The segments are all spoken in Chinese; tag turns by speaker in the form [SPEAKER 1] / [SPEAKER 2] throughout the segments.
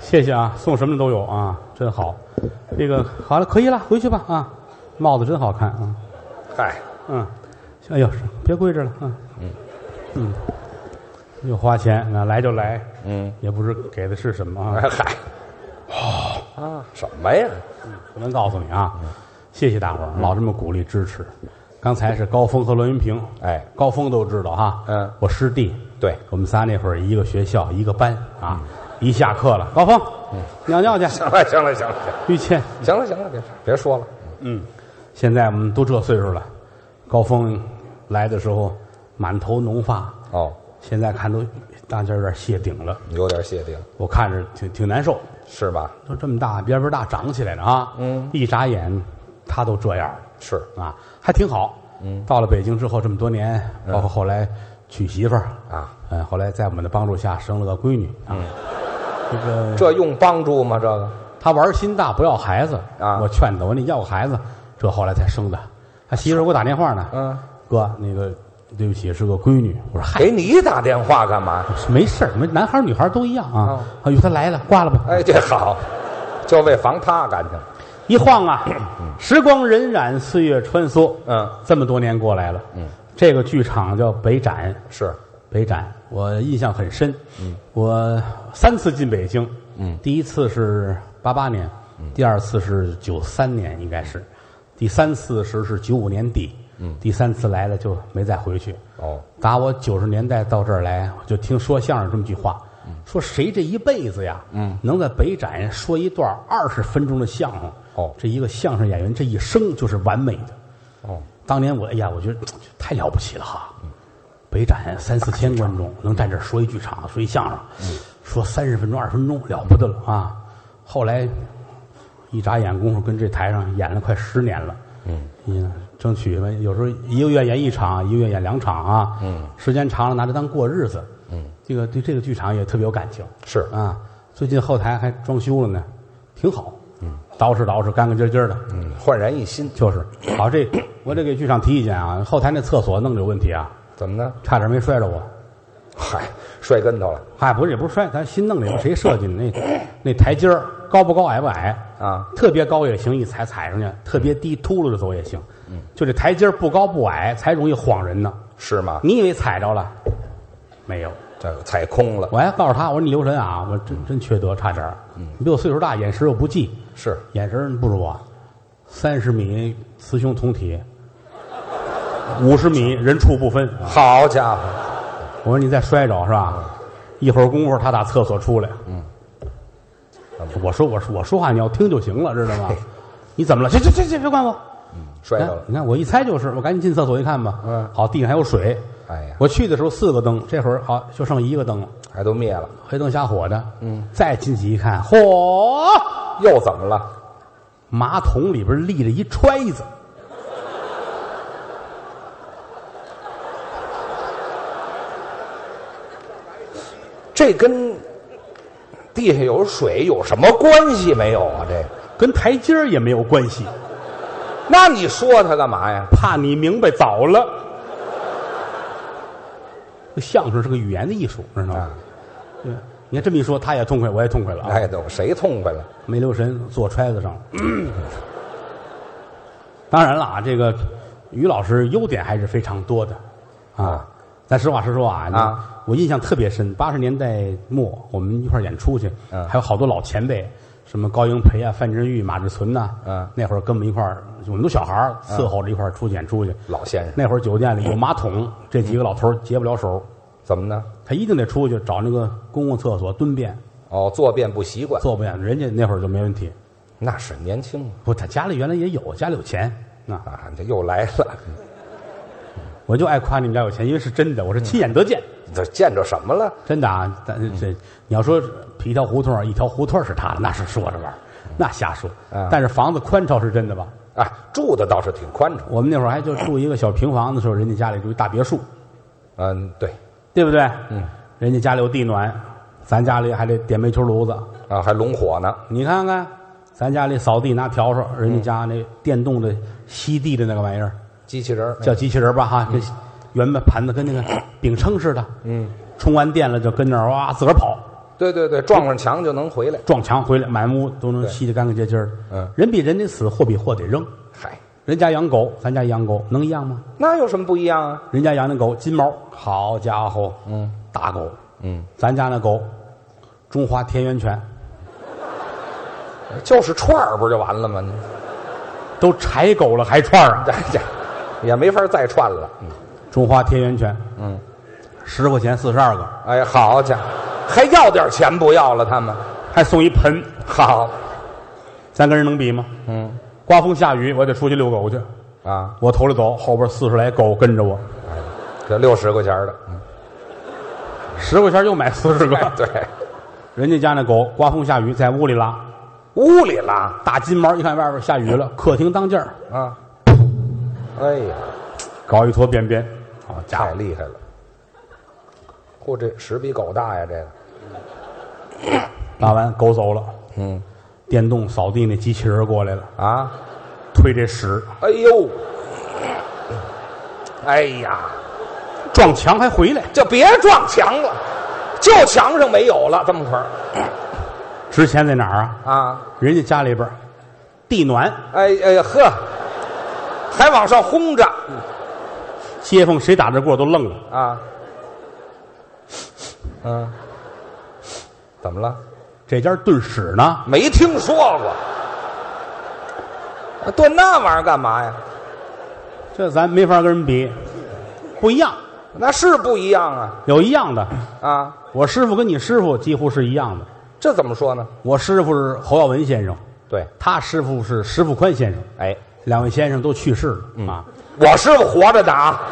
[SPEAKER 1] 谢谢啊，送什么的都有啊，真好。这个好了，可以了，回去吧啊。帽子真好看啊，
[SPEAKER 2] 嗨，
[SPEAKER 1] 嗯，哎呦，别跪着了啊，嗯嗯，又花钱啊，来就来，
[SPEAKER 2] 嗯，
[SPEAKER 1] 也不知给的是什么啊
[SPEAKER 2] 哎，嗨，啊，什么呀？
[SPEAKER 1] 不能告诉你啊，
[SPEAKER 2] 嗯
[SPEAKER 1] 谢谢大伙儿老这么鼓励支持。刚才是高峰和栾云平，
[SPEAKER 2] 哎，
[SPEAKER 1] 高峰都知道哈，
[SPEAKER 2] 嗯
[SPEAKER 1] 我师弟，
[SPEAKER 2] 对，嗯
[SPEAKER 1] 我们仨那会儿一个学校一个班啊，一下课了，高峰，尿尿去，
[SPEAKER 2] 行了，行了，行了，
[SPEAKER 1] 于谦，
[SPEAKER 2] 行了，行了，别别说了，
[SPEAKER 1] 嗯，现在我们都这岁数了，高峰来的时候满头浓发，
[SPEAKER 2] 哦，
[SPEAKER 1] 现在看都大家有点谢顶了，
[SPEAKER 2] 有点谢顶，
[SPEAKER 1] 我看着挺挺难受，
[SPEAKER 2] 是吧？
[SPEAKER 1] 都这么大边边大长起来了啊，嗯，一眨眼他都这样了。
[SPEAKER 2] 是，
[SPEAKER 1] 啊，还挺好。嗯，到了北京之后这么多年，包括后来娶媳妇儿
[SPEAKER 2] 啊，
[SPEAKER 1] 呃，后来在我们的帮助下生了个闺女啊。这个
[SPEAKER 2] 这用帮助吗？这个
[SPEAKER 1] 他玩心大，不要孩子
[SPEAKER 2] 啊
[SPEAKER 1] 我劝他，我说你要个孩子，这后来才生的。他媳妇儿给我打电话呢，
[SPEAKER 2] 嗯，哎
[SPEAKER 1] 哥，那个对不起，是个闺女。我说嗨，
[SPEAKER 2] 给你打电话干嘛？
[SPEAKER 1] 没事儿，没男孩儿女孩儿都一样
[SPEAKER 2] 哦
[SPEAKER 1] 啊。哎呦，他来了，挂了吧。
[SPEAKER 2] 哎，这好，就为防他感情，
[SPEAKER 1] 一晃啊，时光荏苒，岁月穿梭，
[SPEAKER 2] 嗯，
[SPEAKER 1] 这么多年过来了，嗯，这个剧场叫北展，
[SPEAKER 2] 是，
[SPEAKER 1] 北展，我印象很深。嗯，我三次进北京。
[SPEAKER 2] 嗯，
[SPEAKER 1] 第一次是八八年，第二次是九三年，应该是，第三次时是九五年底。嗯，第三次来了就没再回去。
[SPEAKER 2] 哦，
[SPEAKER 1] 打我九十年代到这儿来，我就听说相声这么句话，说谁这一辈子呀，嗯，能在北展说一段二十分钟的相声，
[SPEAKER 2] 哦
[SPEAKER 1] 这一个相声演员这一生就是完美的。
[SPEAKER 2] 哦，
[SPEAKER 1] 当年我哎呀，我觉得太了不起了哈！北展三四千观众能站这儿说一剧场，说一相声，说三十分钟、二十分钟，了不得了啊！后来一眨眼功夫，跟这台上演了快十年了。嗯，争取吧，有时候一个月演一场，一个月演两场啊。嗯，时间长了拿这当过日子。嗯，这个对这个剧场也特别有感情。
[SPEAKER 2] 是，
[SPEAKER 1] 啊，最近后台还装修了呢，挺好。嗯，捯饬捯饬，干干净净的。
[SPEAKER 2] 嗯，焕然一新，
[SPEAKER 1] 就是，好这我得给剧场提意见啊，后台那厕所弄着有问题啊，
[SPEAKER 2] 怎么呢？
[SPEAKER 1] 差点没摔着我。
[SPEAKER 2] 嗨，摔跟头了
[SPEAKER 1] 嗨，不是也不是摔，咱新弄的，也不是谁设计的那那台阶儿高不高矮不矮，
[SPEAKER 2] 啊？
[SPEAKER 1] 特别高也行，一踩踩上去；特别低秃噜着走也行。就这台阶儿不高不矮，才容易晃人呢。
[SPEAKER 2] 是吗？
[SPEAKER 1] 你以为踩着了？没有，
[SPEAKER 2] 这个踩空了，
[SPEAKER 1] 我还告诉他，我说你留神啊，我真真缺德，差点儿。你比我岁数大，眼神又不济，
[SPEAKER 2] 是，
[SPEAKER 1] 眼神不如我，三十米雌雄同体，五十米人畜不分。
[SPEAKER 2] 好家伙，
[SPEAKER 1] 我说你再摔着是吧？一会儿功夫他打厕所出来，嗯，我说我说我说话你要听就行了，知道吗？你怎么了？去去去去，别管我！
[SPEAKER 2] 摔
[SPEAKER 1] 哎
[SPEAKER 2] 着了，
[SPEAKER 1] 你看我一猜就是，我赶紧进厕所一看吧，
[SPEAKER 2] 嗯
[SPEAKER 1] 好，地上还有水。
[SPEAKER 2] 哎呀，
[SPEAKER 1] 我去的时候四个灯，这会儿好就剩一个灯了，
[SPEAKER 2] 还都灭了，
[SPEAKER 1] 黑灯瞎火的。嗯，再进去一看，嚯，
[SPEAKER 2] 又怎么了？
[SPEAKER 1] 马桶里边立着一揣子，
[SPEAKER 2] 这跟地下有水有什么关系没有啊？这，
[SPEAKER 1] 跟台阶儿也没有关系。
[SPEAKER 2] 那你说他干嘛呀？
[SPEAKER 1] 怕你明白早了。这相声是个语言的艺术，知道吗
[SPEAKER 2] 啊？
[SPEAKER 1] 对，你看这么一说，他也痛快，我也痛快了啊！
[SPEAKER 2] 哎，都谁痛快了？
[SPEAKER 1] 没留神坐揣子上了。 当然了啊，这个于老师优点还是非常多的啊
[SPEAKER 2] 啊。
[SPEAKER 1] 咱实话实说啊，你
[SPEAKER 2] 啊
[SPEAKER 1] 我印象特别深，八十年代末我们一块儿演出去，
[SPEAKER 2] 嗯
[SPEAKER 1] 还有好多老前辈，什么高英培啊、范振钰、马志存呐、
[SPEAKER 2] 嗯
[SPEAKER 1] 那会儿跟我们一块儿，我们都小孩儿伺候着一块儿出去演出去。
[SPEAKER 2] 老先生，
[SPEAKER 1] 那会儿酒店里有马桶，这几个老头儿结不了手，
[SPEAKER 2] 怎么呢？
[SPEAKER 1] 他一定得出去找那个公共厕所蹲便，
[SPEAKER 2] 哦，坐便不习惯，
[SPEAKER 1] 坐不下，人家那会儿就没问题。
[SPEAKER 2] 那是年轻嘛
[SPEAKER 1] 不，他家里原来也有，家里有钱啊，
[SPEAKER 2] 啊！这又来了，
[SPEAKER 1] 我就爱夸你们家有钱，因为是真的，我是亲眼得见，
[SPEAKER 2] 这见着什么了？
[SPEAKER 1] 真的啊。但是这你要说一条胡同儿，一条胡同儿是他的，那是说着玩儿，那瞎说
[SPEAKER 2] 啊。
[SPEAKER 1] 但是房子宽敞是真的吧？
[SPEAKER 2] 哎，住的倒是挺宽敞。
[SPEAKER 1] 我们那会儿还就住一个小平房的时候，人家家里住一大别墅，
[SPEAKER 2] 嗯，对，
[SPEAKER 1] 对不对？嗯，人家家里有地暖，咱家里还得点煤球炉子，
[SPEAKER 2] 啊，还拢火呢。
[SPEAKER 1] 你看看，咱家里扫地拿笤帚，人家家那电动的吸地的那个玩意儿
[SPEAKER 2] 机器人儿
[SPEAKER 1] 叫机器人吧哈，这圆盘盘子跟那个饼铛似的，嗯，充完电了就跟那儿哇自个儿跑，
[SPEAKER 2] 对对对，撞上墙就能回来。
[SPEAKER 1] 撞墙回来，满屋都能吸得干干净净儿。
[SPEAKER 2] 嗯，
[SPEAKER 1] 人比人得死，货比货得扔。
[SPEAKER 2] 嗨，
[SPEAKER 1] 人家养狗，咱家养狗能一样吗？
[SPEAKER 2] 那有什么不一样啊？
[SPEAKER 1] 人家养的狗金毛，好家伙，嗯，大狗，
[SPEAKER 2] 嗯，
[SPEAKER 1] 咱家那狗，中华田园犬，
[SPEAKER 2] 就是串儿不就完了 吗？
[SPEAKER 1] 都柴狗了还串儿啊？
[SPEAKER 2] 这这也没法再串了。嗯
[SPEAKER 1] 中华田园犬，嗯，十块钱四十二个，
[SPEAKER 2] 哎，好家伙，还要点钱不要了？他们
[SPEAKER 1] 还送一盆，
[SPEAKER 2] 好
[SPEAKER 1] 咱跟人能比吗？
[SPEAKER 2] 嗯，
[SPEAKER 1] 刮风下雨，我得出去遛狗去，
[SPEAKER 2] 啊，
[SPEAKER 1] 我头里走，后边四十来狗跟着我，
[SPEAKER 2] 这六十块钱 的，嗯
[SPEAKER 1] 十块钱就买四十
[SPEAKER 2] 哎
[SPEAKER 1] 个。
[SPEAKER 2] 对，
[SPEAKER 1] 人家家那狗刮风下雨在屋里拉，
[SPEAKER 2] 屋里拉嗯
[SPEAKER 1] 大金毛一看外边下雨了，客厅当间儿
[SPEAKER 2] 啊，哎呀，
[SPEAKER 1] 搞一坨便便，啊好家伙
[SPEAKER 2] 太厉害了！嚯，这屎比狗大呀！这个，
[SPEAKER 1] 拉完狗走了，
[SPEAKER 2] 嗯
[SPEAKER 1] 电动扫地那机器人过来了，
[SPEAKER 2] 啊，
[SPEAKER 1] 推这屎
[SPEAKER 2] 哎呦，哎呀，
[SPEAKER 1] 撞墙还回来，
[SPEAKER 2] 就别撞墙了，就墙上没有了，这么块儿
[SPEAKER 1] 值钱在哪儿啊？
[SPEAKER 2] 啊！
[SPEAKER 1] 人家家里边儿地暖，
[SPEAKER 2] 哎哎呀呵，还往上轰着
[SPEAKER 1] 街坊谁打这过都愣了，
[SPEAKER 2] 啊！嗯、怎么了？
[SPEAKER 1] 这家炖屎呢，
[SPEAKER 2] 没听说过。啊炖那玩意儿干嘛呀？
[SPEAKER 1] 这咱没法跟人比，不一样，
[SPEAKER 2] 那是不一样啊
[SPEAKER 1] 有一样的，
[SPEAKER 2] 啊！
[SPEAKER 1] 我师傅跟你师傅几乎是一样的，
[SPEAKER 2] 这怎么说呢？
[SPEAKER 1] 我师傅是侯耀文先生，
[SPEAKER 2] 对，
[SPEAKER 1] 他师傅是石富宽先生，
[SPEAKER 2] 哎，
[SPEAKER 1] 两位先生都去世了啊，
[SPEAKER 2] 我师傅活着呢啊！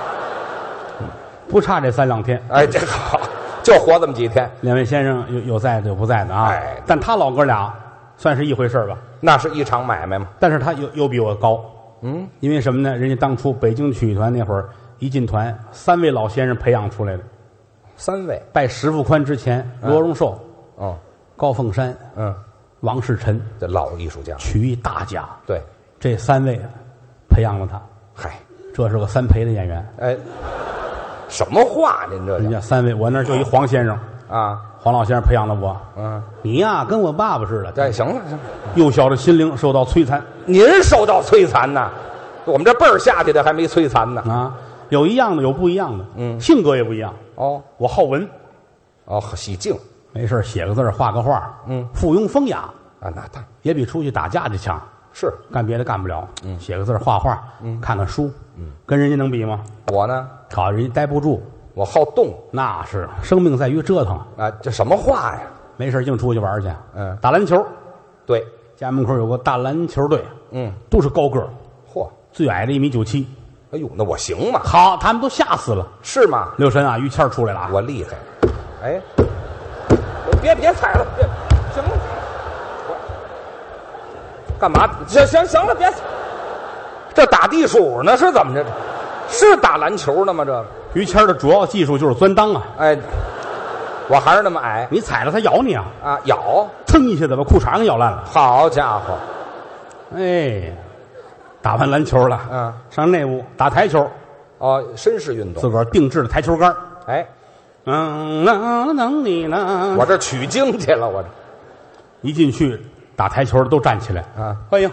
[SPEAKER 1] 不差这三两天。
[SPEAKER 2] 哎，这好，就活这么几天，
[SPEAKER 1] 两位先生有有在的有不在的啊，
[SPEAKER 2] 哎
[SPEAKER 1] 但他老哥俩算是一回事儿吧。
[SPEAKER 2] 那是一场买卖嘛。
[SPEAKER 1] 但是他又又比我高，
[SPEAKER 2] 嗯，
[SPEAKER 1] 因为什么呢？人家当初北京曲艺团那会儿一进团，三位老先生培养出来的，
[SPEAKER 2] 三位，
[SPEAKER 1] 拜石富宽之前，罗荣寿、
[SPEAKER 2] 哦，
[SPEAKER 1] 高凤山、
[SPEAKER 2] 嗯，
[SPEAKER 1] 王世臣，
[SPEAKER 2] 这老艺术家，
[SPEAKER 1] 曲艺大家，
[SPEAKER 2] 对，
[SPEAKER 1] 这三位培养了他，
[SPEAKER 2] 嗨，
[SPEAKER 1] 这是个三陪的演员。
[SPEAKER 2] 哎，什么话您这
[SPEAKER 1] 人
[SPEAKER 2] 叫
[SPEAKER 1] 家三位，我那儿就一黄先生，
[SPEAKER 2] 啊？
[SPEAKER 1] 黄老先生培养了我。
[SPEAKER 2] 嗯，
[SPEAKER 1] 你呀、跟我爸爸似的，
[SPEAKER 2] 哎对，行了，行了，
[SPEAKER 1] 幼小的心灵受到摧残
[SPEAKER 2] 您受到摧残呐，我们这辈儿下去的还没摧残呢。
[SPEAKER 1] 啊，有一样的，有不一样的，
[SPEAKER 2] 嗯
[SPEAKER 1] 性格也不一样。
[SPEAKER 2] 哦，
[SPEAKER 1] 我好文，
[SPEAKER 2] 哦，喜静
[SPEAKER 1] 没事儿写个字儿画个画儿
[SPEAKER 2] 嗯
[SPEAKER 1] 附庸风雅，
[SPEAKER 2] 啊，那他
[SPEAKER 1] 也比出去打架去强，
[SPEAKER 2] 是
[SPEAKER 1] 干别的干不了。嗯，写个字儿画画儿看看书，嗯，跟人家能比吗？
[SPEAKER 2] 我呢，
[SPEAKER 1] 好，人家待不住，
[SPEAKER 2] 我好动
[SPEAKER 1] 那是生命在于折腾，
[SPEAKER 2] 啊，这什么话呀？
[SPEAKER 1] 没事儿净出去玩儿去。
[SPEAKER 2] 嗯
[SPEAKER 1] 打篮球，
[SPEAKER 2] 对，
[SPEAKER 1] 家门口有个大篮球队，
[SPEAKER 2] 嗯，
[SPEAKER 1] 都是高个儿，
[SPEAKER 2] 嚯，
[SPEAKER 1] 最矮的一米九七。
[SPEAKER 2] 哎呦，那我行吗？
[SPEAKER 1] 好，他们都吓死了。
[SPEAKER 2] 是吗？
[SPEAKER 1] 刘神啊，于谦儿出来了啊，
[SPEAKER 2] 我厉害，哎，别别踩了，别，行了，我干嘛？行行行了，别踩，这打地鼠呢是怎么着？是打篮球呢吗？这个，
[SPEAKER 1] 于谦儿的主要技术就是钻裆啊，
[SPEAKER 2] 哎，我还是那么矮
[SPEAKER 1] 你踩了他咬你啊，
[SPEAKER 2] 啊，咬，
[SPEAKER 1] 噌一下子把裤衩给咬烂了。
[SPEAKER 2] 好家伙，
[SPEAKER 1] 哎，打完篮球了，
[SPEAKER 2] 嗯，
[SPEAKER 1] 上那屋打台球，
[SPEAKER 2] 哦，绅士运动
[SPEAKER 1] 自，个儿定制的台球杆儿
[SPEAKER 2] 哎，
[SPEAKER 1] 嗯，能能你呢？
[SPEAKER 2] 我这取经去了，我这
[SPEAKER 1] 一进去打台球的都站起来，
[SPEAKER 2] 啊，
[SPEAKER 1] 欢迎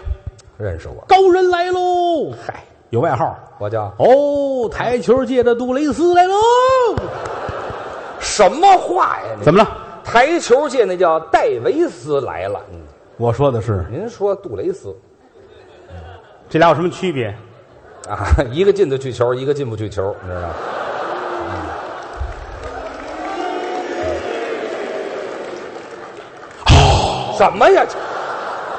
[SPEAKER 2] 认识我，
[SPEAKER 1] 高人来喽！
[SPEAKER 2] 嗨，
[SPEAKER 1] 有外号
[SPEAKER 2] 我叫
[SPEAKER 1] 哦，台球界的杜蕾斯来喽！
[SPEAKER 2] 什么话呀？
[SPEAKER 1] 怎
[SPEAKER 2] 么？
[SPEAKER 1] 么了？
[SPEAKER 2] 台球界那叫戴维斯来了，嗯
[SPEAKER 1] 我说的是
[SPEAKER 2] 您说杜蕾斯。
[SPEAKER 1] 这俩有什么区别？
[SPEAKER 2] 啊， 一个进得去球，一个进不去球，你知道吗？嗯哦，什么呀？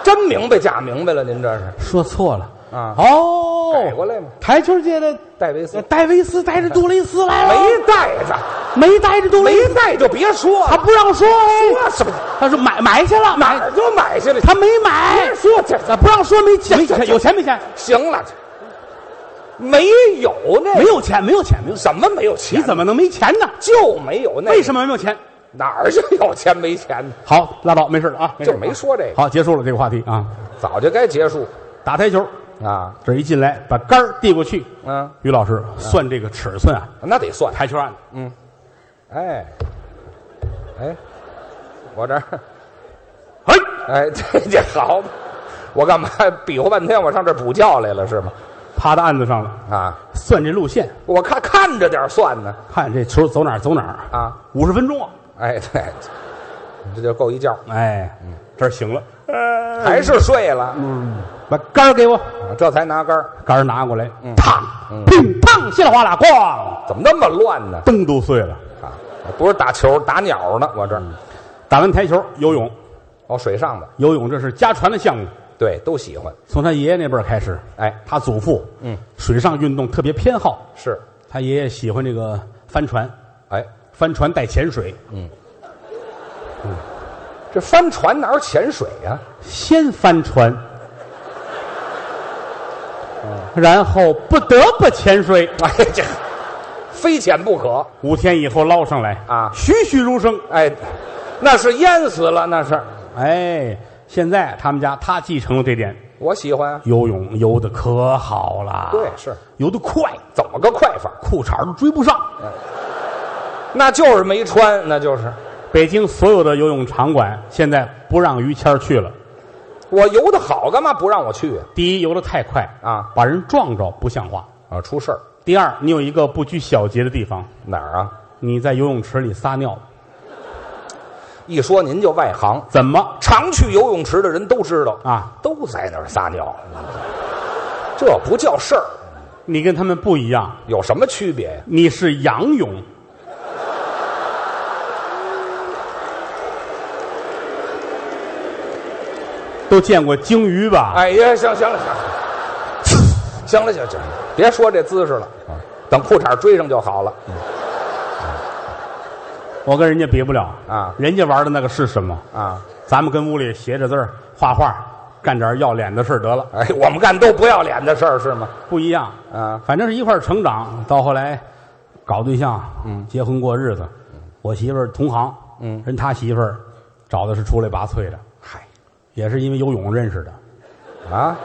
[SPEAKER 2] 真明白假明白了，您这是
[SPEAKER 1] 说错了
[SPEAKER 2] 啊
[SPEAKER 1] 哦，
[SPEAKER 2] 改过来嘛
[SPEAKER 1] 台球界的呃
[SPEAKER 2] 戴维斯
[SPEAKER 1] 戴维斯带着杜蕾斯来了，
[SPEAKER 2] 没带着，
[SPEAKER 1] 没没带着杜蕾
[SPEAKER 2] 没
[SPEAKER 1] 斯，
[SPEAKER 2] 带就别说
[SPEAKER 1] 他
[SPEAKER 2] 了，
[SPEAKER 1] 不让说哎。
[SPEAKER 2] 说什么
[SPEAKER 1] 他说买买去了，
[SPEAKER 2] 哪
[SPEAKER 1] 买
[SPEAKER 2] 儿就买下来？
[SPEAKER 1] 他没买
[SPEAKER 2] 别，说这
[SPEAKER 1] 咋不让说没钱？没钱有钱没钱？
[SPEAKER 2] 行了，没有那
[SPEAKER 1] 没有钱，没有钱，没有哎钱。
[SPEAKER 2] 什么没有钱，
[SPEAKER 1] 你怎么能没钱呢？
[SPEAKER 2] 就没有那
[SPEAKER 1] 为什么没有钱？
[SPEAKER 2] 哪儿就有钱没钱呢？
[SPEAKER 1] 好，拉倒，没事了啊，事
[SPEAKER 2] 就没说这个
[SPEAKER 1] 好，结束了这个话题啊。
[SPEAKER 2] 早就该结束
[SPEAKER 1] 打台球，
[SPEAKER 2] 啊，
[SPEAKER 1] 这一进来把杆儿递过去，
[SPEAKER 2] 嗯，
[SPEAKER 1] 于老师算这个尺寸啊，嗯
[SPEAKER 2] 那得算。
[SPEAKER 1] 台球案
[SPEAKER 2] 哎，哎，我这儿，哎哎，这这好，我干嘛比划半天？我上这儿补觉来了是吗？
[SPEAKER 1] 趴到案子上了，
[SPEAKER 2] 啊，
[SPEAKER 1] 算这路线，
[SPEAKER 2] 我看看着点儿算呢
[SPEAKER 1] 看这球走哪儿走哪儿，
[SPEAKER 2] 啊，
[SPEAKER 1] 五十分钟啊，
[SPEAKER 2] 哎对，这就够一觉，
[SPEAKER 1] 哎，这儿醒了，呃
[SPEAKER 2] 还是睡了，
[SPEAKER 1] 把杆儿给我，
[SPEAKER 2] 啊这才拿杆儿
[SPEAKER 1] 杆儿拿过来，烫，乒乓，稀里哗啦，咣，
[SPEAKER 2] 怎么那么乱呢？
[SPEAKER 1] 灯都碎了。
[SPEAKER 2] 啊，我不是打球打鸟呢，我这儿
[SPEAKER 1] 打完台球，游泳，
[SPEAKER 2] 哦水上的，
[SPEAKER 1] 游泳这是家传的项目，
[SPEAKER 2] 对，都喜欢，
[SPEAKER 1] 从他爷爷那辈儿开始，
[SPEAKER 2] 哎
[SPEAKER 1] 他祖父，嗯，水上运动特别偏好，
[SPEAKER 2] 是，
[SPEAKER 1] 他爷爷喜欢这个帆船，
[SPEAKER 2] 哎，
[SPEAKER 1] 帆船带潜水，
[SPEAKER 2] 这帆船哪有潜水呀、
[SPEAKER 1] 先帆船，然后不得不潜水，
[SPEAKER 2] 哎，这非潜不可。
[SPEAKER 1] 五天以后捞上来
[SPEAKER 2] 啊
[SPEAKER 1] 栩栩如生。
[SPEAKER 2] 哎，那是淹死了，那是。
[SPEAKER 1] 哎，现在他们家他继承了这点，
[SPEAKER 2] 我喜欢啊。
[SPEAKER 1] 游泳游的可好了，
[SPEAKER 2] 对，是
[SPEAKER 1] 游得快，
[SPEAKER 2] 怎么个快法？
[SPEAKER 1] 裤衩都追不上。
[SPEAKER 2] 那就是没穿，那就是
[SPEAKER 1] 北京所有的游泳场馆现在不让于谦儿去了。
[SPEAKER 2] 我游的好，干嘛不让我去啊？
[SPEAKER 1] 第一，游得太快
[SPEAKER 2] 啊，
[SPEAKER 1] 把人撞着不像话；
[SPEAKER 2] 啊，出事儿
[SPEAKER 1] 第二，你有一个不拘小节的地方，
[SPEAKER 2] 哪儿啊？
[SPEAKER 1] 你在游泳池里撒尿，
[SPEAKER 2] 一说您就外行，
[SPEAKER 1] 怎么
[SPEAKER 2] 常去游泳池的人都知道，
[SPEAKER 1] 啊？
[SPEAKER 2] 都在那儿撒尿，这不叫事儿，
[SPEAKER 1] 你跟他们不一样，
[SPEAKER 2] 有什么区别呀？
[SPEAKER 1] 你是仰泳，都见过鲸鱼吧？
[SPEAKER 2] 哎呀，行行了，行了， 行了，行了行了，别说这姿势了，等裤衩追上就好了。
[SPEAKER 1] 我跟人家比不了
[SPEAKER 2] 啊
[SPEAKER 1] 人家玩的那个是什么？
[SPEAKER 2] 啊，
[SPEAKER 1] 咱们跟屋里写着字儿、画画，干点要脸的事儿得了，
[SPEAKER 2] 哎，我们干都不要脸的事儿是吗？
[SPEAKER 1] 不一样。
[SPEAKER 2] 啊，
[SPEAKER 1] 反正是一块儿成长，到后来搞对象，嗯，结婚过日子。
[SPEAKER 2] 嗯
[SPEAKER 1] 我媳妇儿同行，嗯，人他媳妇儿找的是出类拔萃的，
[SPEAKER 2] 嗨，
[SPEAKER 1] 也是因为游泳认识的。
[SPEAKER 2] 啊，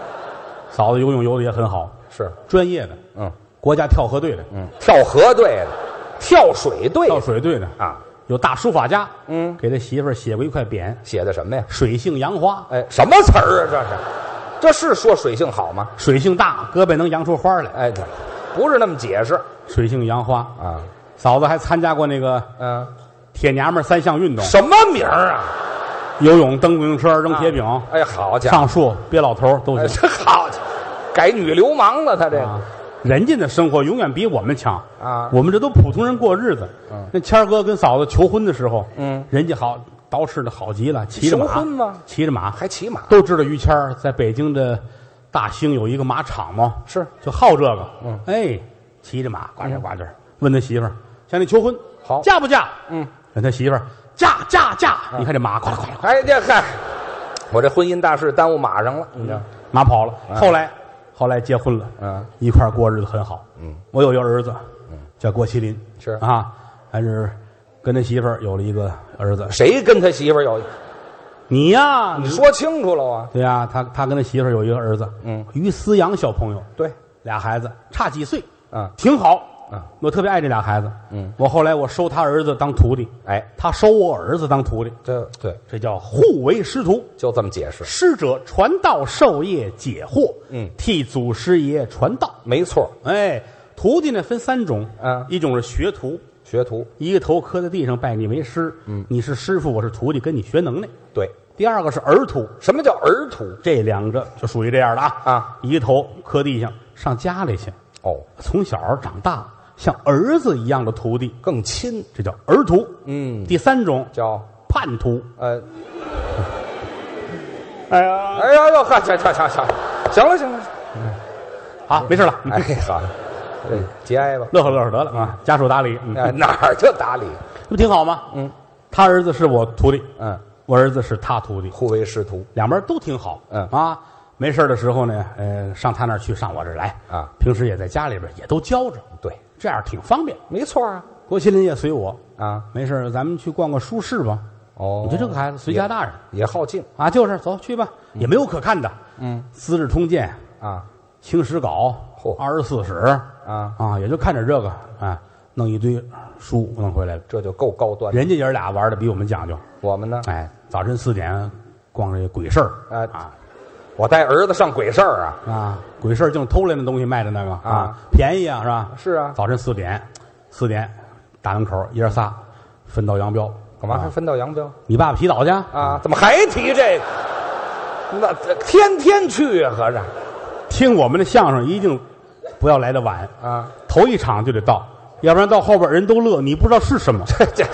[SPEAKER 1] 嫂子游泳游的也很好，
[SPEAKER 2] 是，
[SPEAKER 1] 专业的，
[SPEAKER 2] 嗯
[SPEAKER 1] 国家跳河队的，
[SPEAKER 2] 嗯，跳河队的，跳水队
[SPEAKER 1] 跳
[SPEAKER 2] 的
[SPEAKER 1] 水队的，
[SPEAKER 2] 啊，
[SPEAKER 1] 有大书法家，
[SPEAKER 2] 嗯，
[SPEAKER 1] 给他媳妇儿写过一块匾
[SPEAKER 2] 写的什么呀：“？
[SPEAKER 1] 水性杨花，
[SPEAKER 2] 哎，什么词儿啊？这是，这是说水性好吗？
[SPEAKER 1] 水性大，胳膊能扬出花来。
[SPEAKER 2] 哎，对，不是那么解释”
[SPEAKER 1] 水性杨花，
[SPEAKER 2] 啊，
[SPEAKER 1] 嫂子还参加过那个
[SPEAKER 2] 嗯、
[SPEAKER 1] 铁娘们儿三项运动：
[SPEAKER 2] 什么名儿啊？
[SPEAKER 1] 游泳、蹬自行车、扔铁饼、
[SPEAKER 2] 哎，好家伙，
[SPEAKER 1] 上树、憋老头儿都
[SPEAKER 2] 哎，
[SPEAKER 1] 行。
[SPEAKER 2] 这好家伙，改女流氓了，他这
[SPEAKER 1] 啊
[SPEAKER 2] 个，
[SPEAKER 1] 人家的生活永远比我们强
[SPEAKER 2] 哎啊
[SPEAKER 1] 我们这都普通人过日子。那谦儿哥跟嫂子求婚的时候，
[SPEAKER 2] 嗯，
[SPEAKER 1] 人家好捯饬的好极了，骑着马，
[SPEAKER 2] 求婚吗
[SPEAKER 1] 骑着马，
[SPEAKER 2] 还骑马
[SPEAKER 1] 都知道于谦儿在北京的大兴有一个马场嘛，
[SPEAKER 2] 是
[SPEAKER 1] 就好这个。嗯，哎，骑着马呱唧呱唧，问他媳妇儿向你求婚，
[SPEAKER 2] 好
[SPEAKER 1] 嫁不嫁？
[SPEAKER 2] 嗯，啊
[SPEAKER 1] 问他媳妇儿嫁嫁嫁，你看这马呱啦呱啦，
[SPEAKER 2] 哎，这嗨，我这婚姻大事耽误马上了，你知道？
[SPEAKER 1] 马跑了。
[SPEAKER 2] 啊
[SPEAKER 1] 后来后来结婚了，
[SPEAKER 2] 嗯，
[SPEAKER 1] 一块儿过日子很好。嗯，我有一个儿子，叫郭麒麟，
[SPEAKER 2] 是
[SPEAKER 1] 啊，还是跟他媳妇儿有了一个儿子。
[SPEAKER 2] 谁跟他媳妇儿有？
[SPEAKER 1] 你呀，
[SPEAKER 2] 你说清楚了啊！
[SPEAKER 1] 对呀，他他跟他媳妇儿有一个儿子，
[SPEAKER 2] 嗯，
[SPEAKER 1] 于思阳小朋友，
[SPEAKER 2] 对，
[SPEAKER 1] 俩孩子差几岁，
[SPEAKER 2] 啊
[SPEAKER 1] 挺好。
[SPEAKER 2] 啊，
[SPEAKER 1] 我特别爱这俩孩子。
[SPEAKER 2] 嗯，
[SPEAKER 1] 我后来我收他儿子当徒弟，
[SPEAKER 2] 哎，
[SPEAKER 1] 他收我儿子当徒弟，
[SPEAKER 2] 这对，
[SPEAKER 1] 这叫互为师徒。
[SPEAKER 2] 就这么解释，
[SPEAKER 1] 师者，传道授业解惑，
[SPEAKER 2] 嗯
[SPEAKER 1] 替祖师爷传道。
[SPEAKER 2] 没错，
[SPEAKER 1] 哎，徒弟呢分三种，
[SPEAKER 2] 嗯
[SPEAKER 1] 一种是学徒，
[SPEAKER 2] 学徒
[SPEAKER 1] 一个头磕在地上拜你为师，嗯，你是师傅，我是徒弟，跟你学能耐。
[SPEAKER 2] 对。
[SPEAKER 1] 第二个是儿徒，
[SPEAKER 2] 什么叫儿徒？
[SPEAKER 1] 这两个就属于这样的啊
[SPEAKER 2] 啊，
[SPEAKER 1] 一个头磕地上，上家里去，
[SPEAKER 2] 哦，
[SPEAKER 1] 从小长大像儿子一样的徒弟，
[SPEAKER 2] 更亲，
[SPEAKER 1] 这叫儿徒。
[SPEAKER 2] 嗯，
[SPEAKER 1] 第三种
[SPEAKER 2] 叫
[SPEAKER 1] 叛徒，
[SPEAKER 2] 呃，
[SPEAKER 1] 哎呀，
[SPEAKER 2] 哎呀呦，嗨，行行行行，行了行了，
[SPEAKER 1] 好，没事了，嗯
[SPEAKER 2] 哎，好，哎节哀 吧，
[SPEAKER 1] 乐呵乐呵得了啊，家属打理，嗯，
[SPEAKER 2] 哎哪儿就打理，
[SPEAKER 1] 这不挺好吗？嗯，他儿子是我徒弟，
[SPEAKER 2] 嗯，
[SPEAKER 1] 我儿子是他徒弟，
[SPEAKER 2] 互为师徒，
[SPEAKER 1] 两边都挺好，
[SPEAKER 2] 嗯
[SPEAKER 1] 啊，没事儿的时候呢，呃，上他那儿去，上我这儿来
[SPEAKER 2] 啊，
[SPEAKER 1] 平时也在家里边也都教着，
[SPEAKER 2] 对，
[SPEAKER 1] 这样挺方便。
[SPEAKER 2] 没错啊，
[SPEAKER 1] 郭麒麟也随我，
[SPEAKER 2] 啊，
[SPEAKER 1] 没事儿咱们去逛逛书市吧。
[SPEAKER 2] 哦
[SPEAKER 1] 我觉得这个孩子随家大人
[SPEAKER 2] 也好静
[SPEAKER 1] 啊，就是走去吧，也没有可看的，嗯，《资治通鉴》《
[SPEAKER 2] 啊，
[SPEAKER 1] 清史稿》
[SPEAKER 2] 嚯
[SPEAKER 1] 二十四史》
[SPEAKER 2] 啊
[SPEAKER 1] 哎啊，也就看着这个啊，弄一堆书弄回来了。
[SPEAKER 2] 这就够高端。
[SPEAKER 1] 人家爷儿俩玩的比我们讲究，
[SPEAKER 2] 我们呢？
[SPEAKER 1] 哎，早晨四点逛这个鬼市儿
[SPEAKER 2] 啊
[SPEAKER 1] 啊
[SPEAKER 2] 我带儿子上鬼市儿啊！
[SPEAKER 1] 啊，鬼市儿净偷来的东西卖的那个
[SPEAKER 2] 啊，
[SPEAKER 1] 便宜啊，是吧？
[SPEAKER 2] 是啊
[SPEAKER 1] 早晨四点，四点大门口一二仨分道扬镳，
[SPEAKER 2] 干嘛还
[SPEAKER 1] 啊
[SPEAKER 2] 分道扬镳
[SPEAKER 1] 你爸爸洗澡去啊
[SPEAKER 2] 啊？怎么还提这个？那这天天去啊，合着
[SPEAKER 1] 听我们的相声一定不要来的晚，
[SPEAKER 2] 啊，
[SPEAKER 1] 头一场就得到，要不然到后边人都乐，你不知道是什么。
[SPEAKER 2] 这这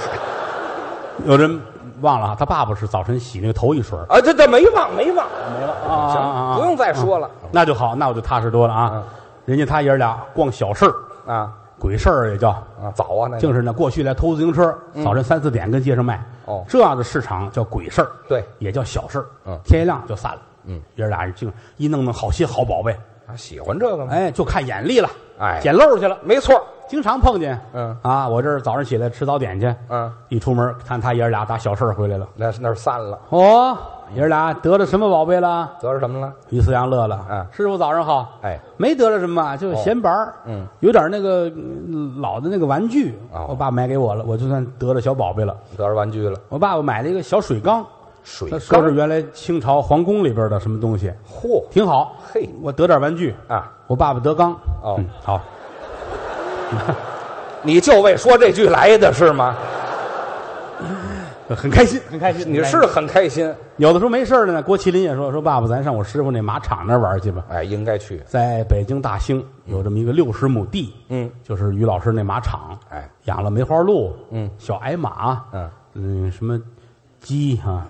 [SPEAKER 1] 有人忘了啊，他爸爸是早晨洗那个头一水儿
[SPEAKER 2] 啊，这这没忘没忘，
[SPEAKER 1] 没了啊啊啊
[SPEAKER 2] 行，不用再说了
[SPEAKER 1] 那就好，那我就踏实多了啊
[SPEAKER 2] 嗯。
[SPEAKER 1] 人家他爷儿俩逛小事儿、
[SPEAKER 2] 啊
[SPEAKER 1] 鬼事儿也叫，
[SPEAKER 2] 啊，早啊，那个
[SPEAKER 1] 就是呢，过去来偷自行车，早晨三四点跟街上卖。
[SPEAKER 2] 嗯哦
[SPEAKER 1] 这样的市场叫鬼市儿，
[SPEAKER 2] 对
[SPEAKER 1] 也叫小市儿。
[SPEAKER 2] 嗯
[SPEAKER 1] 天一亮就散了。
[SPEAKER 2] 嗯，
[SPEAKER 1] 爷儿俩净一弄弄好些好宝贝，
[SPEAKER 2] 啊喜欢这个吗？
[SPEAKER 1] 哎，就看眼力了，
[SPEAKER 2] 哎
[SPEAKER 1] 捡漏去了，
[SPEAKER 2] 没错，
[SPEAKER 1] 经常碰见。
[SPEAKER 2] 嗯
[SPEAKER 1] 啊，我这儿早上起来吃早点去，
[SPEAKER 2] 嗯，
[SPEAKER 1] 一出门看他爷儿俩打小市儿回来了。
[SPEAKER 2] 那是那是散了，
[SPEAKER 1] 哦，爷儿俩得了什么宝贝了？
[SPEAKER 2] 得着什么了？
[SPEAKER 1] 于四阳乐了，
[SPEAKER 2] 嗯
[SPEAKER 1] 师傅早上好，
[SPEAKER 2] 哎，
[SPEAKER 1] 没得了什么，啊就是闲玩儿、
[SPEAKER 2] 嗯，
[SPEAKER 1] 有点那个嗯老的那个玩具，
[SPEAKER 2] 哦
[SPEAKER 1] 我爸买给我了，我就算得了小宝贝了。
[SPEAKER 2] 得着玩具了，
[SPEAKER 1] 我爸爸买了一个小水缸，
[SPEAKER 2] 水
[SPEAKER 1] 他说
[SPEAKER 2] 缸
[SPEAKER 1] 是原来清朝皇宫里边的什么东西，
[SPEAKER 2] 嚯
[SPEAKER 1] 挺好。
[SPEAKER 2] 嘿
[SPEAKER 1] 我得点玩具，
[SPEAKER 2] 啊！
[SPEAKER 1] 我爸爸得缸。
[SPEAKER 2] 哦
[SPEAKER 1] 嗯好，
[SPEAKER 2] 你就为说这句来的是吗？
[SPEAKER 1] 很开心，很开心。
[SPEAKER 2] 你
[SPEAKER 1] 很开
[SPEAKER 2] 是
[SPEAKER 1] 心
[SPEAKER 2] 很开心，
[SPEAKER 1] 有的时候没事儿了呢，郭麒麟也说说爸爸，咱上我师傅那马场那儿玩去吧。
[SPEAKER 2] 哎，应该去，
[SPEAKER 1] 在北京大兴有这么一个六十亩地，
[SPEAKER 2] 嗯，
[SPEAKER 1] 就是于老师那马场，
[SPEAKER 2] 哎，
[SPEAKER 1] 养了梅花鹿，
[SPEAKER 2] 嗯，
[SPEAKER 1] 小矮马，
[SPEAKER 2] 嗯
[SPEAKER 1] 嗯，什么鸡啊，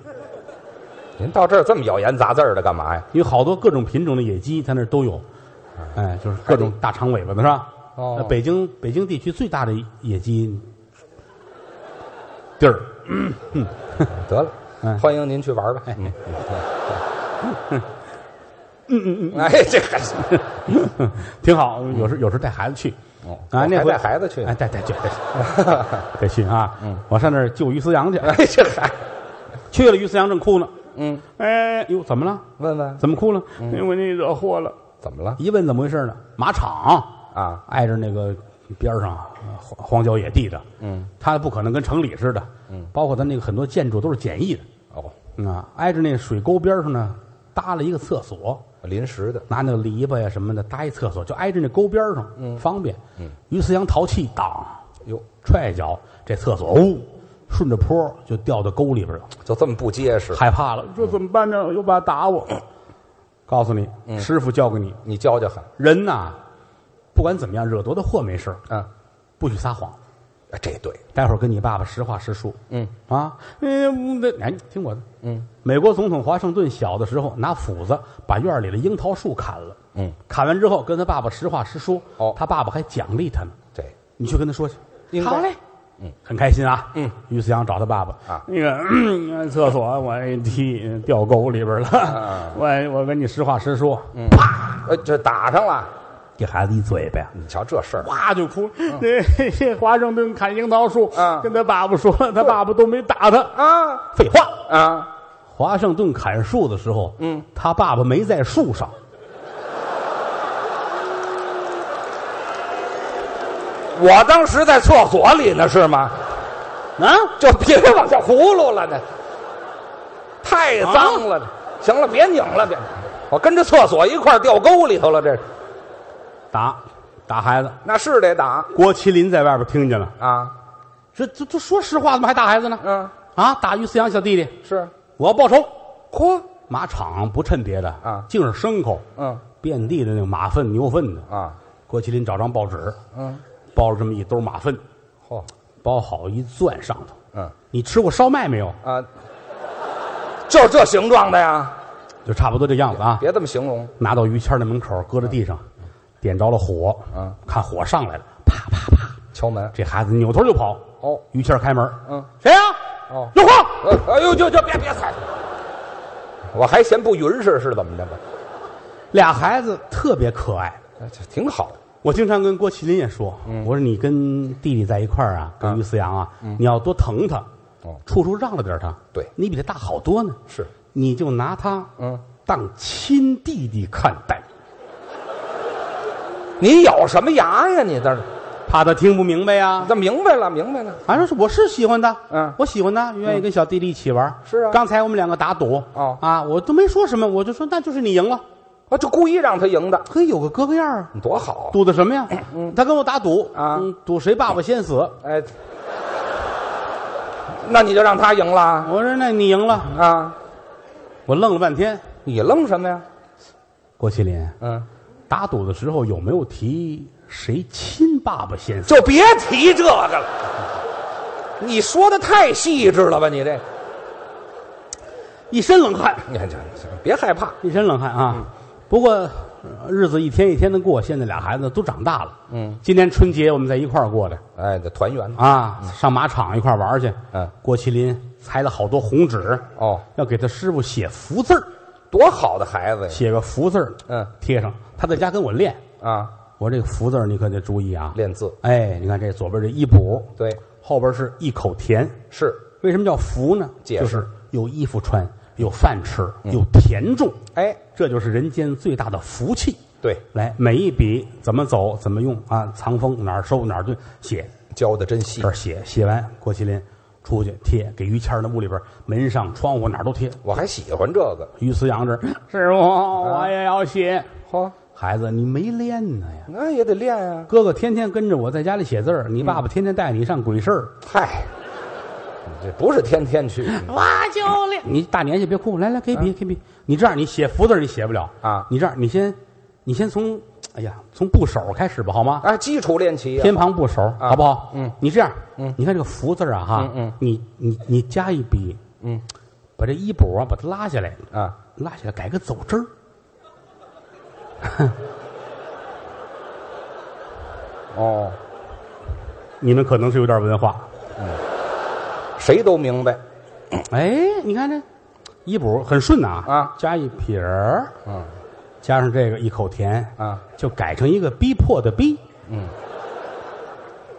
[SPEAKER 2] 您到这儿这么咬言杂字儿的干嘛呀？
[SPEAKER 1] 有好多各种品种的野鸡，它那儿都有，哎，就是各种大长尾巴的是吧？
[SPEAKER 2] 嗯哦
[SPEAKER 1] 那北京北京地区最大的野鸡地儿，
[SPEAKER 2] 得了，
[SPEAKER 1] 嗯
[SPEAKER 2] 欢迎您去玩吧。 嗯嗯嗯，哎，这还是
[SPEAKER 1] 挺好。有时有时带孩子去，
[SPEAKER 2] 嗯哦
[SPEAKER 1] 啊，
[SPEAKER 2] 还
[SPEAKER 1] 那回
[SPEAKER 2] 带孩子去嗯
[SPEAKER 1] 哎，带带去，带去得去啊！我上那儿救于思阳去，
[SPEAKER 2] 哎，这还
[SPEAKER 1] 去了于思阳正哭呢，
[SPEAKER 2] 嗯，
[SPEAKER 1] 哎呦，怎么了？
[SPEAKER 2] 问问
[SPEAKER 1] 怎么哭了？哎因为你惹祸了。
[SPEAKER 2] 怎么了
[SPEAKER 1] 一问怎么回事呢？马场
[SPEAKER 2] 啊？
[SPEAKER 1] 挨着那个边儿上呃荒荒郊野地的，
[SPEAKER 2] 嗯，
[SPEAKER 1] 它不可能跟城里似的，嗯，包括它那个很多建筑都是简易的，
[SPEAKER 2] 哦，
[SPEAKER 1] 嗯啊，挨着那水沟边上呢搭了一个厕所，
[SPEAKER 2] 临时的，
[SPEAKER 1] 拿那个篱笆呀什么的搭一厕所，就挨着那沟边上，嗯，方便。嗯，于思阳淘气，当
[SPEAKER 2] 哟，
[SPEAKER 1] 踹一脚，这厕所呜顺着坡就掉到沟里边了。
[SPEAKER 2] 就这么不结实，
[SPEAKER 1] 害怕了，这怎么办呢？又爸打我。嗯告诉你，师傅教给你，
[SPEAKER 2] 你教教喊
[SPEAKER 1] 人呐，不管怎么样，惹多大祸没事儿
[SPEAKER 2] 啊？
[SPEAKER 1] 不许撒谎。
[SPEAKER 2] 哎这对，
[SPEAKER 1] 待会儿跟你爸爸实话实说。
[SPEAKER 2] 嗯
[SPEAKER 1] 啊，嗯，那哎，你听我的。
[SPEAKER 2] 嗯，
[SPEAKER 1] 美国总统华盛顿小的时候拿斧子把院里的樱桃树砍了。
[SPEAKER 2] 嗯，
[SPEAKER 1] 砍完之后跟他爸爸实话实说。
[SPEAKER 2] 哦
[SPEAKER 1] 他爸爸还奖励他呢。
[SPEAKER 2] 这
[SPEAKER 1] 你去跟他说去。
[SPEAKER 2] 应该
[SPEAKER 1] 好嘞。嗯，很开心啊。
[SPEAKER 2] 嗯，
[SPEAKER 1] 于思阳找他爸爸
[SPEAKER 2] 啊
[SPEAKER 1] 那个咳厕所我一踢掉沟里边了
[SPEAKER 2] 啊。
[SPEAKER 1] 我我跟你实话实说，
[SPEAKER 2] 呃，这打上了，
[SPEAKER 1] 给孩子一嘴巴呀。
[SPEAKER 2] 你瞧这事儿，
[SPEAKER 1] 哇就哭，那 华盛顿砍樱桃树
[SPEAKER 2] 啊，
[SPEAKER 1] 跟他爸爸说，他爸爸都没打他。
[SPEAKER 2] 啊
[SPEAKER 1] 废话，
[SPEAKER 2] 啊，
[SPEAKER 1] 华盛顿砍树的时候，嗯，他爸爸没在树上，
[SPEAKER 2] 我当时在厕所里呢，是吗？
[SPEAKER 1] 啊，
[SPEAKER 2] 就别往下葫芦了，那太脏了。行了，别拧了，别，我跟着厕所一块儿掉沟里头了。这
[SPEAKER 1] 打打孩子。
[SPEAKER 2] 那是得打
[SPEAKER 1] 郭麒麟在外边听见了，
[SPEAKER 2] 啊，
[SPEAKER 1] 这这这说实话，怎么还打孩子呢？
[SPEAKER 2] 嗯，
[SPEAKER 1] 啊，打于思阳小弟弟，
[SPEAKER 2] 是，
[SPEAKER 1] 我要报仇。
[SPEAKER 2] 嚯，
[SPEAKER 1] 马场不趁别的
[SPEAKER 2] 啊
[SPEAKER 1] 净是牲口，
[SPEAKER 2] 嗯
[SPEAKER 1] 遍地的那个马粪、牛粪的。
[SPEAKER 2] 啊，
[SPEAKER 1] 郭麒麟找张报纸，
[SPEAKER 2] 嗯，
[SPEAKER 1] 包了这么一兜马粪，
[SPEAKER 2] 嚯，
[SPEAKER 1] 包好一攥上头。
[SPEAKER 2] 嗯
[SPEAKER 1] 你吃过烧麦没有？
[SPEAKER 2] 啊，就这形状的呀，
[SPEAKER 1] 就差不多这样子啊。
[SPEAKER 2] 别这么形容，
[SPEAKER 1] 拿到于谦儿那门口，搁在地上，点着了火，
[SPEAKER 2] 嗯，
[SPEAKER 1] 看火上来了，啪啪啪，
[SPEAKER 2] 敲门。
[SPEAKER 1] 这孩子扭头就跑。
[SPEAKER 2] 哦
[SPEAKER 1] 于谦儿开门，
[SPEAKER 2] 嗯，
[SPEAKER 1] 谁呀、
[SPEAKER 2] 哦
[SPEAKER 1] 刘晃，
[SPEAKER 2] 呃哎呦，就就别别踩，我还嫌不匀实是怎么着吧？
[SPEAKER 1] 俩孩子特别可爱。
[SPEAKER 2] 哎这挺好，
[SPEAKER 1] 我经常跟郭麒麟也说，
[SPEAKER 2] 嗯
[SPEAKER 1] 我说你跟弟弟在一块儿啊，跟于思阳啊，你要多疼他，
[SPEAKER 2] 哦
[SPEAKER 1] 处处让着点他。
[SPEAKER 2] 嗯对
[SPEAKER 1] 你比他大好多呢，
[SPEAKER 2] 是
[SPEAKER 1] 你就拿他
[SPEAKER 2] 嗯
[SPEAKER 1] 当亲弟弟看待。
[SPEAKER 2] 你咬什么牙呀？你在这儿
[SPEAKER 1] 怕他听不明白呀。
[SPEAKER 2] 那明白了，明白了。
[SPEAKER 1] 反正是我是喜欢他，
[SPEAKER 2] 嗯
[SPEAKER 1] 我喜欢他，愿意跟小弟弟一起玩。
[SPEAKER 2] 是啊
[SPEAKER 1] 刚才我们两个打赌，
[SPEAKER 2] 哦
[SPEAKER 1] 啊，我都没说什么，我就说那就是你赢了，
[SPEAKER 2] 啊，就故意让他赢的，
[SPEAKER 1] 可以有个哥哥样啊。
[SPEAKER 2] 多好！
[SPEAKER 1] 赌的什么呀？哎嗯他跟我打赌
[SPEAKER 2] 啊
[SPEAKER 1] 嗯赌谁爸爸先死。
[SPEAKER 2] 哎，那你就让他赢了
[SPEAKER 1] 我说那你赢了，
[SPEAKER 2] 啊？
[SPEAKER 1] 我愣了半天。
[SPEAKER 2] 你愣什么呀？
[SPEAKER 1] 郭麒麟，
[SPEAKER 2] 嗯，
[SPEAKER 1] 打赌的时候有没有提谁亲爸爸先死？
[SPEAKER 2] 就别提这个了。你说的太细致了吧？你这，
[SPEAKER 1] 一身冷汗，
[SPEAKER 2] 你看这，这别害怕。
[SPEAKER 1] 一身冷汗啊！不过呃日子一天一天的过，现在俩孩子都长大了。
[SPEAKER 2] 嗯，
[SPEAKER 1] 今年春节我们在一块儿过的
[SPEAKER 2] 哎，这团圆
[SPEAKER 1] 啊，上马场一块儿玩儿去。
[SPEAKER 2] 嗯，
[SPEAKER 1] 郭麒麟裁了好多红纸，
[SPEAKER 2] 哦，
[SPEAKER 1] 要给他师傅写福字儿，
[SPEAKER 2] 多好的孩子呀！
[SPEAKER 1] 写个福字儿，
[SPEAKER 2] 嗯
[SPEAKER 1] 贴上。他在家跟我练，
[SPEAKER 2] 啊，
[SPEAKER 1] 我这个福字儿你可得注意啊。
[SPEAKER 2] 练字
[SPEAKER 1] 哎，你看这左边这一补，
[SPEAKER 2] 对，
[SPEAKER 1] 后边是一口甜。
[SPEAKER 2] 是。
[SPEAKER 1] 为什么叫福呢？
[SPEAKER 2] 解
[SPEAKER 1] 就
[SPEAKER 2] 释嗯
[SPEAKER 1] 是有衣服穿，有饭吃，有田种，
[SPEAKER 2] 哎，
[SPEAKER 1] 这就是人间最大的福气。
[SPEAKER 2] 对，
[SPEAKER 1] 来，每一笔怎么走，怎么用啊？藏风哪儿收哪儿对，写
[SPEAKER 2] 教的真细
[SPEAKER 1] 这。儿写，写完郭麒麟出去贴给于谦儿的屋里边儿门上、窗户哪儿都贴。
[SPEAKER 2] 我还喜欢这个。
[SPEAKER 1] 于思阳这儿师傅，
[SPEAKER 2] 啊
[SPEAKER 1] 我也要写。
[SPEAKER 2] 嚯，
[SPEAKER 1] 孩子，你没练呢呀？
[SPEAKER 2] 那也得练啊。
[SPEAKER 1] 哥哥天天跟着我在家里写字儿，你
[SPEAKER 2] 嗯
[SPEAKER 1] 爸爸天天带你上鬼市儿。
[SPEAKER 2] 嗨，你这不是天天 去
[SPEAKER 1] 哇，教练，哎你大年纪别哭，来来给笔给笔，你这样你写福字儿你写不了
[SPEAKER 2] 啊
[SPEAKER 1] 你这样你先，你先从，哎呀，从部首开始吧，好吗？
[SPEAKER 2] 啊，基础练习呀。
[SPEAKER 1] 偏旁部首，好不好？
[SPEAKER 2] 嗯，
[SPEAKER 1] 你这样，嗯，你看这个福字儿啊，哈，
[SPEAKER 2] 嗯嗯
[SPEAKER 1] 你你你加一笔，
[SPEAKER 2] 嗯，
[SPEAKER 1] 把这一补啊，把它拉下来，
[SPEAKER 2] 啊，
[SPEAKER 1] 拉下来改个走之儿，
[SPEAKER 2] 哦，
[SPEAKER 1] 你们可能是有点文化，
[SPEAKER 2] 谁都明白。
[SPEAKER 1] 哎，你看这一补很顺呐，
[SPEAKER 2] 啊
[SPEAKER 1] 加一撇儿，
[SPEAKER 2] 嗯
[SPEAKER 1] 加上这个一口甜，
[SPEAKER 2] 啊，
[SPEAKER 1] 就改成一个逼迫的逼。
[SPEAKER 2] 嗯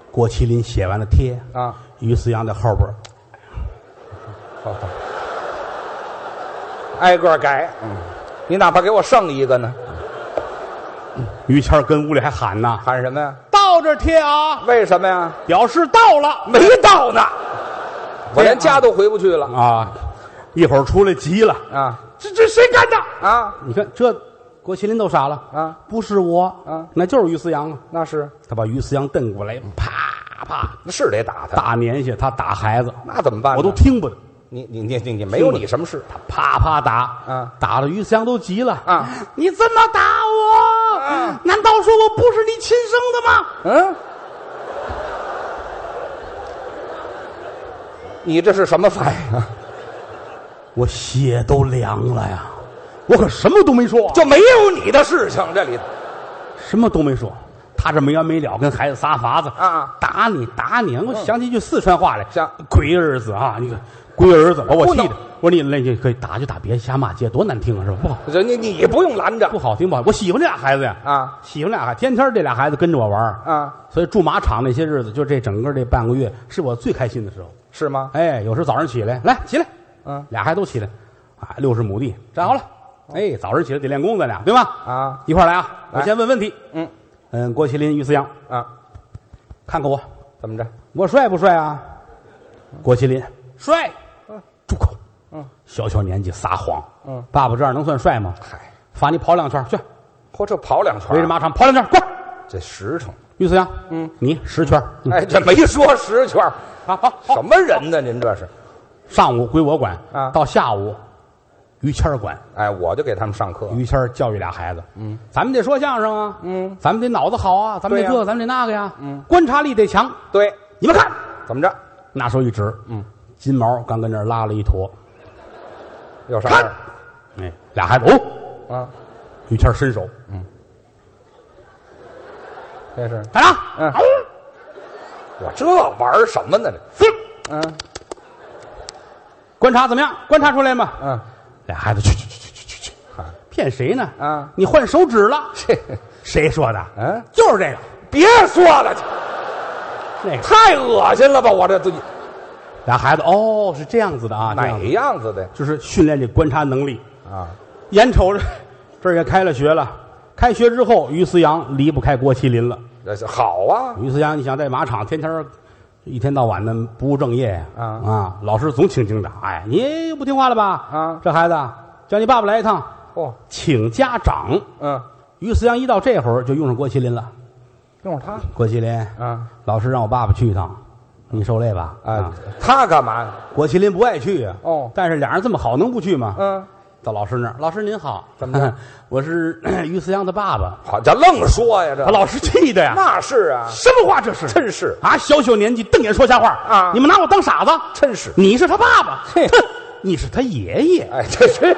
[SPEAKER 1] 郭麒麟写完了贴，
[SPEAKER 2] 啊，
[SPEAKER 1] 于思阳在后边儿，
[SPEAKER 2] 好好，挨个改。嗯，你哪怕给我剩一个呢，
[SPEAKER 1] 于谦儿跟屋里还喊呢
[SPEAKER 2] 喊什么呀？：“
[SPEAKER 1] 到这儿贴啊，
[SPEAKER 2] 为什么呀？
[SPEAKER 1] 表示到了
[SPEAKER 2] 没到呢，我连家都回不去了
[SPEAKER 1] 啊！”一会儿出来急了，
[SPEAKER 2] 啊
[SPEAKER 1] 这这谁干的？
[SPEAKER 2] 啊！
[SPEAKER 1] 你看这郭麒麟都傻了
[SPEAKER 2] 啊！
[SPEAKER 1] 不是我
[SPEAKER 2] 啊
[SPEAKER 1] 那就是于思阳啊！
[SPEAKER 2] 那是
[SPEAKER 1] 他把于思阳瞪过来，啪啪
[SPEAKER 2] 是得打他，
[SPEAKER 1] 大年下他打孩子，
[SPEAKER 2] 那怎么办呢？
[SPEAKER 1] 我都听不得。
[SPEAKER 2] 你你你你你没有你什么事？
[SPEAKER 1] 他啪啪打，
[SPEAKER 2] 啊
[SPEAKER 1] 打的于思阳都急了
[SPEAKER 2] 啊！
[SPEAKER 1] 你这么打我，
[SPEAKER 2] 啊
[SPEAKER 1] 难道说我不是你亲生的吗？
[SPEAKER 2] 嗯，你这是什么反应 啊？
[SPEAKER 1] 我血都凉了呀！我可什么都没说，
[SPEAKER 2] 就没有你的事情，这里头
[SPEAKER 1] 什么都没说。他这没完没了跟孩子撒法子
[SPEAKER 2] 啊嗯
[SPEAKER 1] 打你打你！我想起一句四川话来，
[SPEAKER 2] 像
[SPEAKER 1] 鬼儿子啊，你个龟儿子，把我
[SPEAKER 2] 不
[SPEAKER 1] 气
[SPEAKER 2] 能
[SPEAKER 1] 的。我说你那就可以打就打，别瞎骂街，多难听啊，是吧？不好，
[SPEAKER 2] 人家你不用拦着
[SPEAKER 1] 不好听，不好。我喜欢这俩孩子呀，
[SPEAKER 2] 啊
[SPEAKER 1] 喜欢俩孩子，天天这俩孩子跟着我玩儿。
[SPEAKER 2] 啊，
[SPEAKER 1] 所以驻马场那些日子，就这整个这半个月，是我最开心的时候。
[SPEAKER 2] 是吗？
[SPEAKER 1] 哎，有时候早上起来，来起来，
[SPEAKER 2] 嗯，哦
[SPEAKER 1] 俩孩子都起来，啊，六十亩地站好了。哎，早上起来得练功，咱俩对吧？
[SPEAKER 2] 啊，
[SPEAKER 1] 一块儿来啊！我
[SPEAKER 2] 来
[SPEAKER 1] 先问问题。
[SPEAKER 2] 嗯
[SPEAKER 1] 嗯，郭麒麟、于思阳，
[SPEAKER 2] 啊，
[SPEAKER 1] 看看我，
[SPEAKER 2] 怎么着？
[SPEAKER 1] 我帅不帅啊？郭麒麟，帅。住口！
[SPEAKER 2] 嗯，
[SPEAKER 1] 小小年纪撒谎。
[SPEAKER 2] 嗯，
[SPEAKER 1] 爸爸这样能算帅吗？
[SPEAKER 2] 嗨，
[SPEAKER 1] 罚你跑两圈去，
[SPEAKER 2] 嚯，这跑两圈儿，
[SPEAKER 1] 围着马场跑两圈，快！
[SPEAKER 2] 这实诚，
[SPEAKER 1] 于思阳，
[SPEAKER 2] 嗯，
[SPEAKER 1] 你十圈。嗯
[SPEAKER 2] 哎，这没说十圈儿，
[SPEAKER 1] 啊，好，好
[SPEAKER 2] 什么人呢？您这是？
[SPEAKER 1] 上午归我管
[SPEAKER 2] 啊
[SPEAKER 1] 到下午于谦儿管。
[SPEAKER 2] 哎，我就给他们上课，
[SPEAKER 1] 于谦儿教育俩孩子，嗯，咱们得说相声啊，
[SPEAKER 2] 嗯，
[SPEAKER 1] 咱们得脑子好啊，咱们得
[SPEAKER 2] 对呀
[SPEAKER 1] 这个，咱们得那个呀，嗯，观察力得强。
[SPEAKER 2] 对，
[SPEAKER 1] 你们看，
[SPEAKER 2] 怎么着？
[SPEAKER 1] 拿手一指，嗯，金毛刚跟那儿拉了一坨，
[SPEAKER 2] 有啥事儿
[SPEAKER 1] 哎，俩孩子哦，
[SPEAKER 2] 啊？
[SPEAKER 1] 于谦儿伸手，
[SPEAKER 2] 这是
[SPEAKER 1] 干啥？
[SPEAKER 2] 嗯
[SPEAKER 1] 嗷，
[SPEAKER 2] 我这玩儿什么呢？这
[SPEAKER 1] 飞
[SPEAKER 2] 嗯
[SPEAKER 1] 观察怎么样？观察出来吗？
[SPEAKER 2] 嗯，
[SPEAKER 1] 俩孩子去去去去去去，
[SPEAKER 2] 啊
[SPEAKER 1] 骗谁呢？
[SPEAKER 2] 啊，
[SPEAKER 1] 你换手指了？
[SPEAKER 2] 这
[SPEAKER 1] 谁说的？
[SPEAKER 2] 嗯，
[SPEAKER 1] 就是这个，
[SPEAKER 2] 别说了，
[SPEAKER 1] 那个
[SPEAKER 2] 太恶心了吧！我这都
[SPEAKER 1] 俩孩子哦，是这样子的啊，这
[SPEAKER 2] 哪
[SPEAKER 1] 样子
[SPEAKER 2] 样子的
[SPEAKER 1] 就是训练这观察能力。
[SPEAKER 2] 啊？
[SPEAKER 1] 眼瞅着这儿也开了学了，开学之后，于思阳离不开郭麒麟了。
[SPEAKER 2] 那是好啊，
[SPEAKER 1] 于思洋，你想在马场天天儿一天到晚的不务正业呀
[SPEAKER 2] 啊
[SPEAKER 1] 啊，老师总请警长，哎，你又不听话了吧？
[SPEAKER 2] 啊
[SPEAKER 1] 这孩子叫你爸爸来一趟，
[SPEAKER 2] 哦，
[SPEAKER 1] 请家长。
[SPEAKER 2] 嗯，
[SPEAKER 1] 于思洋一到这会儿就用上郭麒麟了，
[SPEAKER 2] 用他
[SPEAKER 1] 郭麒麟，
[SPEAKER 2] 啊，
[SPEAKER 1] 老师让我爸爸去一趟，你受累吧？
[SPEAKER 2] 啊，他干嘛呀？
[SPEAKER 1] 郭麒麟不爱去啊，
[SPEAKER 2] 哦
[SPEAKER 1] 但是俩人这么好，能不去吗？
[SPEAKER 2] 嗯，
[SPEAKER 1] 到老师那儿，老师您 好，
[SPEAKER 2] 怎么着？
[SPEAKER 1] 我是 于思洋的爸爸。
[SPEAKER 2] 好，这愣说呀，这
[SPEAKER 1] 把老师气的呀，
[SPEAKER 2] 那是啊，
[SPEAKER 1] 什么话这是？
[SPEAKER 2] 真是
[SPEAKER 1] 啊，小小年纪瞪眼说瞎话
[SPEAKER 2] 啊
[SPEAKER 1] 你们拿我当傻子？
[SPEAKER 2] 真是
[SPEAKER 1] 你是他爸爸，
[SPEAKER 2] 嘿
[SPEAKER 1] 哼，你是他爷爷。
[SPEAKER 2] 哎，这这，